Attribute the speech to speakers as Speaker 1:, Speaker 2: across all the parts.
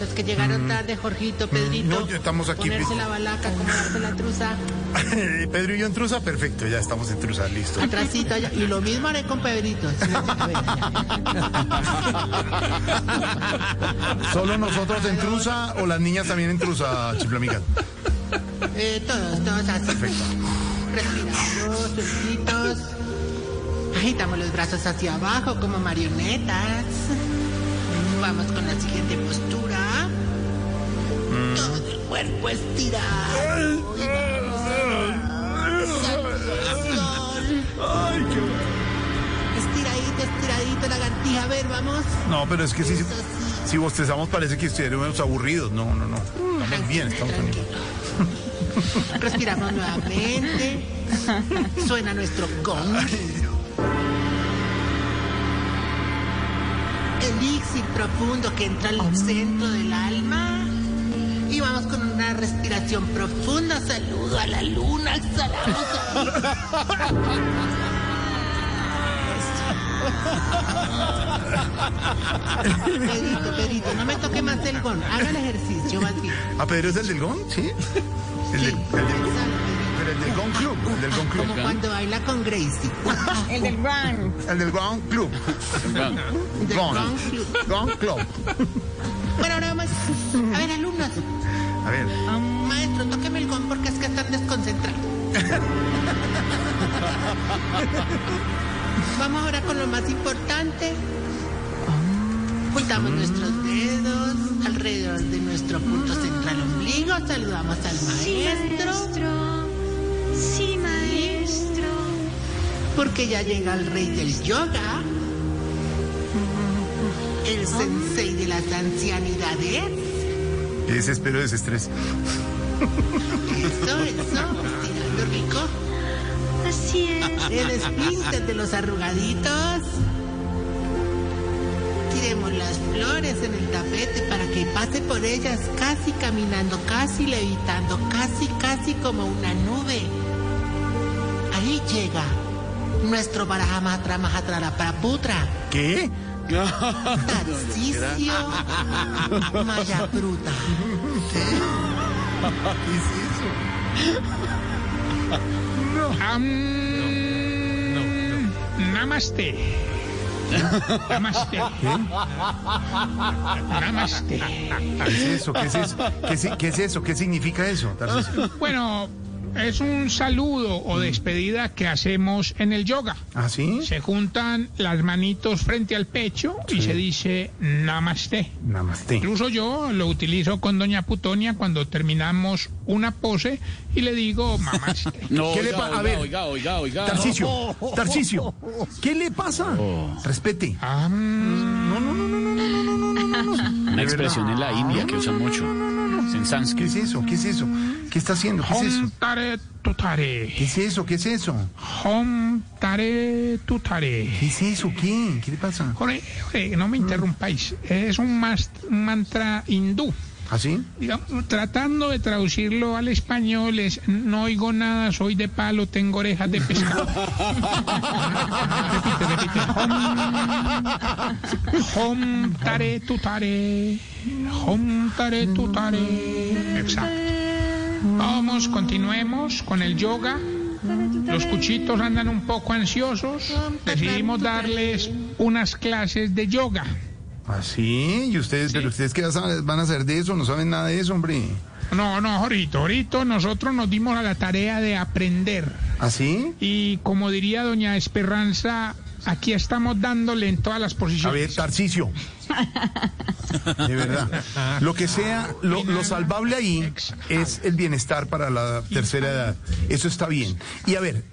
Speaker 1: Los que llegaron tarde, Jorgito, Pedrito.
Speaker 2: Mm. no, ya estamos aquí,
Speaker 1: Ponerse
Speaker 2: Pedro.
Speaker 1: la balaca, acomodarse la truza,
Speaker 2: Pedro y yo en Trusa, perfecto, ya estamos en Trusa, listo.
Speaker 1: atrasito allá. Y lo mismo haré con Pedrito. A ver,
Speaker 2: ¿Solo nosotros en Trusa o las niñas también en Trusa, Chiflamica?
Speaker 1: eh, todos, todos así. Respiramos, sueltitos. Agitamos los brazos hacia abajo como marionetas. Vamos con la siguiente postura. Todo el cuerpo estirado. Y vamos. Sol. Estiradito, estiradito, lagartija. A ver, vamos.
Speaker 2: No, pero es que si, si bostezamos parece que estuviéramos aburridos. No, no, no. Estamos bien, estamos bien.
Speaker 1: Respiramos nuevamente. Suena nuestro gong. Elixir profundo que entra al centro del alma. Y vamos con una respiración profunda. Saludo a la luna. Exhalamos. Pedrito, Pedrito, no me toque más el gong. Haga el ejercicio más bien.
Speaker 2: ¿A Pedro es el del Gon? Sí. El,
Speaker 1: Sí,
Speaker 2: del- el del Gon.
Speaker 1: sale, Pedrito.
Speaker 2: Pero el del Gon Club. El del Gon
Speaker 1: Como
Speaker 2: Club.
Speaker 1: cuando baila con Gracie.
Speaker 3: El del run.
Speaker 2: El del Gon Club.
Speaker 1: Del
Speaker 2: Gon.
Speaker 1: Gon Club.
Speaker 2: Gon Club.
Speaker 1: Bueno, ahora vamos. A ver, alumnos.
Speaker 2: A ver.
Speaker 1: Maestro, tóqueme el gong porque es que están desconcentrados. Vamos ahora con lo más importante. Juntamos nuestros dedos alrededor de nuestro punto central ombligo. Saludamos al
Speaker 4: Sí,
Speaker 1: maestro
Speaker 4: maestro. Sí, maestro.
Speaker 1: porque ya llega el rey del yoga. El sensei de ¿eh? las ancianidades.
Speaker 2: Qué desespero, desestrés.
Speaker 1: Eso, eso, tirando rico.
Speaker 4: Así es.
Speaker 1: El esfínter de los arrugaditos. Tiremos las flores en el tapete para que pase por ellas casi caminando, casi levitando, casi, casi como una nube. Ahí llega nuestro Barajamatra Mahatrarapaputra,
Speaker 2: ¿Qué?
Speaker 1: Tarcisio Mayapruta.
Speaker 2: ¿Qué es eso?
Speaker 5: Namaste. Namaste. Namaste.
Speaker 2: ¿Qué es eso? ¿Qué es eso? ¿Qué, si- qué es eso? ¿Qué significa eso, Tarcisio?
Speaker 5: Bueno, es un saludo o despedida que hacemos en el yoga.
Speaker 2: ¿Ah, Mm. sí?
Speaker 5: Se juntan las manitos frente al pecho y se dice Namaste.
Speaker 2: Namaste.
Speaker 5: Incluso yo lo utilizo con Doña Putonia cuando terminamos una pose y le digo Mamaste.
Speaker 6: No,
Speaker 2: ¿Qué le
Speaker 6: oiga,
Speaker 2: pa- a
Speaker 6: oiga,
Speaker 2: ver.
Speaker 6: oiga, oiga, oiga.
Speaker 2: Tarcisio, Tarcisio, ¿qué le pasa? Respete.
Speaker 5: Ah,
Speaker 6: Una expresión en la India que usan mucho. En
Speaker 2: ¿Qué es
Speaker 6: sánscrito.
Speaker 2: eso? ¿Qué es eso? ¿Qué está haciendo? ¿Qué es eso?
Speaker 5: Hom tare tutare.
Speaker 2: ¿Qué es eso? ¿Qué es eso?
Speaker 5: Hom tare tutare.
Speaker 2: ¿Qué es eso? ¿Qué? ¿Qué le pasa?
Speaker 5: Jorge, Jorge, no me interrumpáis. Es un, mas- un mantra hindú.
Speaker 2: ¿Así?
Speaker 5: Digamos, tratando de traducirlo al español es no oigo nada, soy de palo, tengo orejas de pescado. repite, repite. Hom, hom tare tutare. Hom tare tutare. Exacto. Vamos, continuemos con el yoga. Los cuchitos andan un poco ansiosos. Decidimos darles unas clases de yoga.
Speaker 2: ¿Así? ¿Ah, ¿Y ustedes? ¿Pero ustedes qué sa- van a hacer de eso? No saben nada de eso, hombre.
Speaker 5: No, no, Jorito, ahorita nosotros nos dimos a la tarea de aprender.
Speaker 2: ¿Ah, ¿Así?
Speaker 5: Y como diría doña Esperanza, aquí estamos dándole en todas las
Speaker 2: A ver,
Speaker 5: posiciones.
Speaker 2: Tarcisio. De verdad. Lo que sea, lo, lo salvable ahí es el bienestar para la tercera edad. Eso está bien. Y a ver,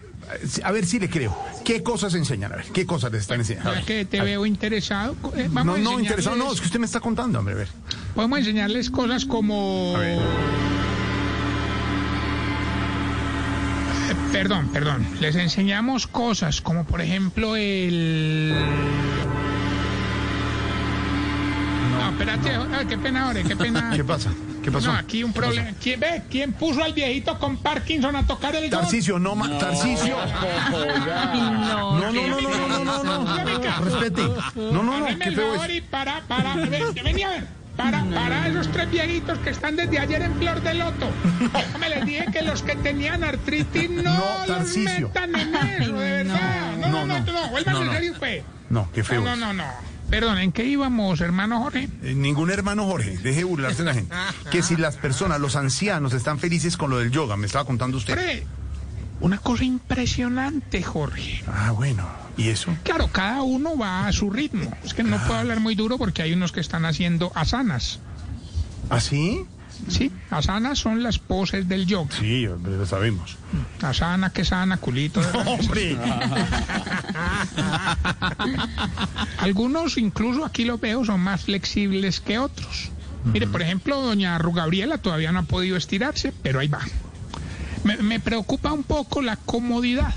Speaker 2: a ver si le creo. ¿Qué cosas enseñan? A ver, ¿qué cosas les están enseñando? A
Speaker 5: Ya
Speaker 2: ver,
Speaker 5: que te
Speaker 2: a ver.
Speaker 5: veo interesado. eh,
Speaker 2: No,
Speaker 5: vamos a
Speaker 2: no, interesado, no, es
Speaker 5: enseñarles-
Speaker 2: que usted me está contando, hombre, a ver.
Speaker 5: Podemos enseñarles cosas como...
Speaker 2: A ver.
Speaker 5: Eh, Perdón, perdón. Les enseñamos cosas como, por ejemplo, el... No, espérate, ah, qué pena, ahora, qué pena.
Speaker 2: ¿Qué pasa? ¿Qué pasó?
Speaker 5: Ah. No, aquí un
Speaker 2: ¿Qué pasó?
Speaker 5: problema. ¿Quién, ve? ¿Quién puso al viejito con Parkinson a tocar el gong?
Speaker 2: Tarcisio, no, ma- Tarcisio.
Speaker 3: No.
Speaker 2: No, no, no, no, no, no, no, no. Respete. No, no, no,
Speaker 5: Hazme
Speaker 2: qué
Speaker 5: el
Speaker 2: feo
Speaker 5: favor
Speaker 2: es.
Speaker 5: y para, para. Ven, vení a ver. Para, para esos tres viejitos que están desde ayer en flor de loto. Me les dije que los que tenían artritis no,
Speaker 2: No,
Speaker 5: los
Speaker 2: Tarcisio.
Speaker 5: metan en eso, de verdad. No, no, no,
Speaker 2: no,
Speaker 5: no,
Speaker 2: no.
Speaker 5: vuelvan
Speaker 2: No,
Speaker 5: en
Speaker 2: no.
Speaker 5: serio, pues.
Speaker 2: No, qué feo.
Speaker 5: No, no, no, no. Perdón, ¿en qué íbamos, hermano Jorge?
Speaker 2: Eh, Ningún hermano Jorge, deje de burlarse de la gente. Que si las personas, los ancianos, están felices con lo del yoga, me estaba contando usted.
Speaker 5: Hombre, una cosa impresionante, Jorge.
Speaker 2: Ah, bueno. ¿Y eso?
Speaker 5: Claro, cada uno va a su ritmo. Es que no puedo hablar muy duro porque hay unos que están haciendo asanas.
Speaker 2: ¿Así?
Speaker 5: Sí, asanas son las poses del yoga.
Speaker 2: sí, hombre, lo sabemos.
Speaker 5: Asana, que sana, culito.
Speaker 2: ¡Hombre!
Speaker 5: Algunos, incluso aquí los veo, son más flexibles que otros. Mire, por ejemplo, doña Rugabriela todavía no ha podido estirarse, pero ahí va. Me, me preocupa un poco la comodidad.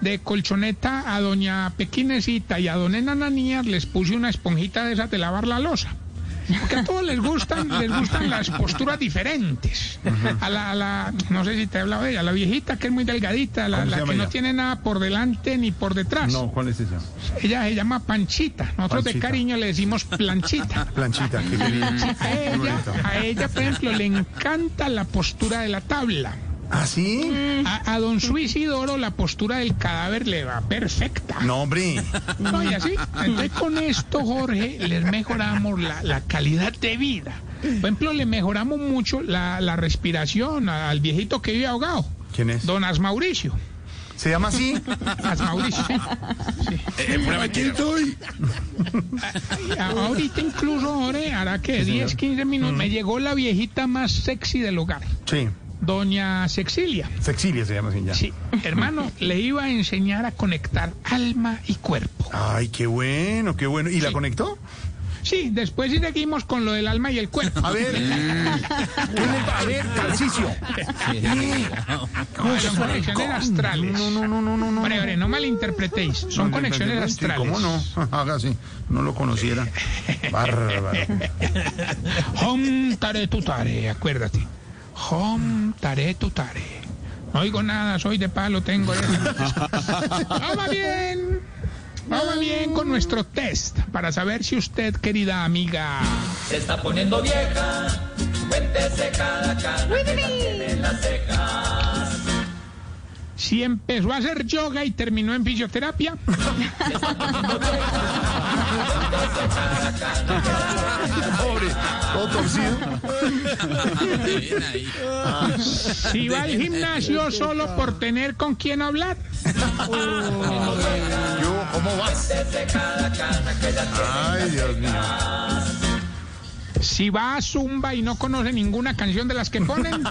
Speaker 5: De colchoneta a doña Pequinesita y a don Enananías les puse una esponjita de esas de lavar la losa. Porque a todos les gustan, les gustan las posturas diferentes. A la, a la- no sé si te he hablado de ella, la viejita que es muy delgadita, la,
Speaker 2: ¿Cómo se
Speaker 5: la
Speaker 2: llama
Speaker 5: que no
Speaker 2: ella?
Speaker 5: tiene nada por delante ni por detrás.
Speaker 2: Ah, No, ¿cuál es esa?
Speaker 5: Ella se llama Panchita. Nosotros de
Speaker 2: Panchita.
Speaker 5: cariño le decimos planchita.
Speaker 2: Planchita, qué querida.
Speaker 5: A ella, a ella, por ejemplo, le encanta la postura de la tabla.
Speaker 2: ¿Ah, ¿Así?
Speaker 5: A, a don Suicidoro la postura del cadáver le va perfecta.
Speaker 2: No, hombre.
Speaker 5: No, y así. Entonces con esto, Jorge, les mejoramos la, la calidad de vida. Por ejemplo, le mejoramos mucho la, la respiración a- al viejito que vive ahogado.
Speaker 2: ¿Quién es?
Speaker 5: Don As Mauricio.
Speaker 2: ¿Se llama así?
Speaker 5: As Ah, Mauricio.
Speaker 6: aquí estoy.
Speaker 5: A- Eh, Ahorita incluso, Jorge, hará que 10, 15 minutos, me llegó la viejita más sexy del hogar,
Speaker 2: Sí.
Speaker 5: doña Sexilia.
Speaker 2: Sexilia se llama así ya.
Speaker 5: Sí, hermano, le iba a enseñar a conectar alma y cuerpo.
Speaker 2: Ay, qué bueno, qué bueno. ¿Y la
Speaker 5: Sí.
Speaker 2: conectó?
Speaker 5: Sí, después sí seguimos con lo del alma y el cuerpo.
Speaker 2: A ver. ¿Qué le pa- A ver, Tarcicio.
Speaker 5: Son conexiones astrales.
Speaker 2: No, no, no, no, no, no.
Speaker 5: Hombre, hombre, no malinterpretéis, son
Speaker 2: No,
Speaker 5: conexiones
Speaker 2: sí,
Speaker 5: astrales.
Speaker 2: ¿Cómo no? Haga así. No lo conociera. Bárbaro.
Speaker 5: Hom tare tutare, acuérdate. Hom tare tutare. No oigo nada, soy de palo, tengo. Vamos bien. Vamos bien con nuestro test para saber si usted, querida amiga. Si empezó a hacer yoga y terminó en fisioterapia.
Speaker 2: Pobre. Todo torcido.
Speaker 5: Si va al gimnasio solo por tener con quién hablar.
Speaker 2: Yo, ¿cómo vas? Ay, Dios mío.
Speaker 5: Si va a Zumba y no conoce ninguna canción de las que ponen.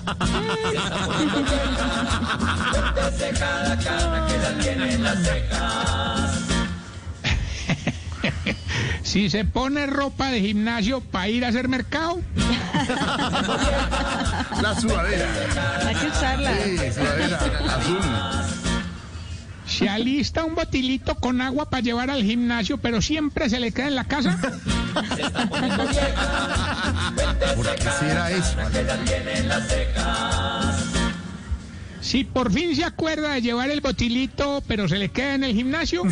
Speaker 5: Si se pone ropa de gimnasio para ir a hacer mercado.
Speaker 2: La sudadera.
Speaker 3: Hay que usarla.
Speaker 2: Sí, sudadera azul.
Speaker 5: Si alista un botilito con agua para llevar al gimnasio, pero siempre se le queda en la casa.
Speaker 2: ¿Por qué será eso?
Speaker 5: Si por fin se acuerda de llevar el botilito, pero se le queda en el gimnasio.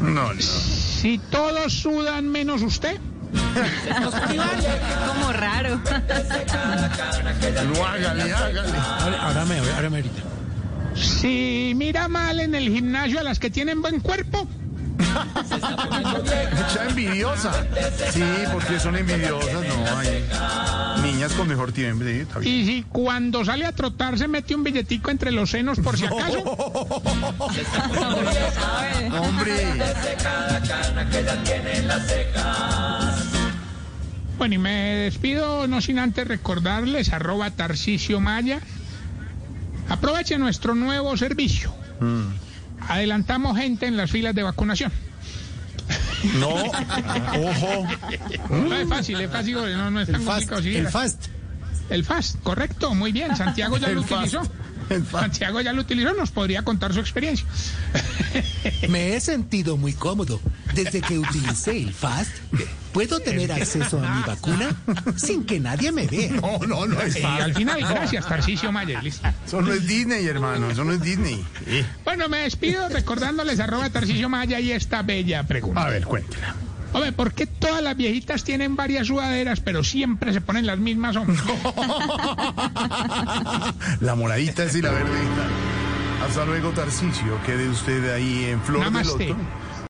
Speaker 2: No, no.
Speaker 5: Si todos sudan menos usted.
Speaker 3: Como raro.
Speaker 2: No hágale, hágale.
Speaker 5: Si mira mal en el gimnasio a las que tienen buen cuerpo.
Speaker 2: Mucha envidiosa. Sí, porque son envidiosas, no. Hay niñas con mejor tiempo, sí, está bien.
Speaker 5: Y si cuando sale a trotar se mete un billetico entre los senos por si acaso.
Speaker 2: Hombre,
Speaker 5: Bueno, y me despido no sin antes recordarles arroba Tarcisio Maya. Aproveche nuestro nuevo servicio.
Speaker 2: Mm.
Speaker 5: Adelantamos gente en las filas de vacunación.
Speaker 2: no, ojo.
Speaker 5: No es fácil, es fácil, no, no es tan complicado. sí, era-
Speaker 2: fast.
Speaker 5: el FAST, correcto, muy bien. Santiago ya lo
Speaker 2: El fast.
Speaker 5: utilizó.
Speaker 2: El fast.
Speaker 5: Santiago ya lo utilizó, nos podría contar su experiencia.
Speaker 7: Me he sentido muy cómodo. Desde que utilicé el FAST, puedo tener acceso a mi vacuna sin que nadie me vea.
Speaker 2: No, no, no es
Speaker 5: Y
Speaker 2: fácil.
Speaker 5: al final, gracias, Tarcisio Mayer. Listo.
Speaker 2: Eso no es Disney, hermano, eso no es Disney.
Speaker 5: Bueno, me despido recordándoles arroba Tarcisio Maya y esta bella pregunta.
Speaker 2: A ver, cuéntela.
Speaker 5: Hombre, ¿por qué todas las viejitas tienen varias sudaderas, pero siempre se ponen las mismas? Hombre?
Speaker 2: La moradita es y la verde. Hasta luego, Tarcicio. Quede usted ahí en Flor
Speaker 5: Namaste.
Speaker 2: del Loto.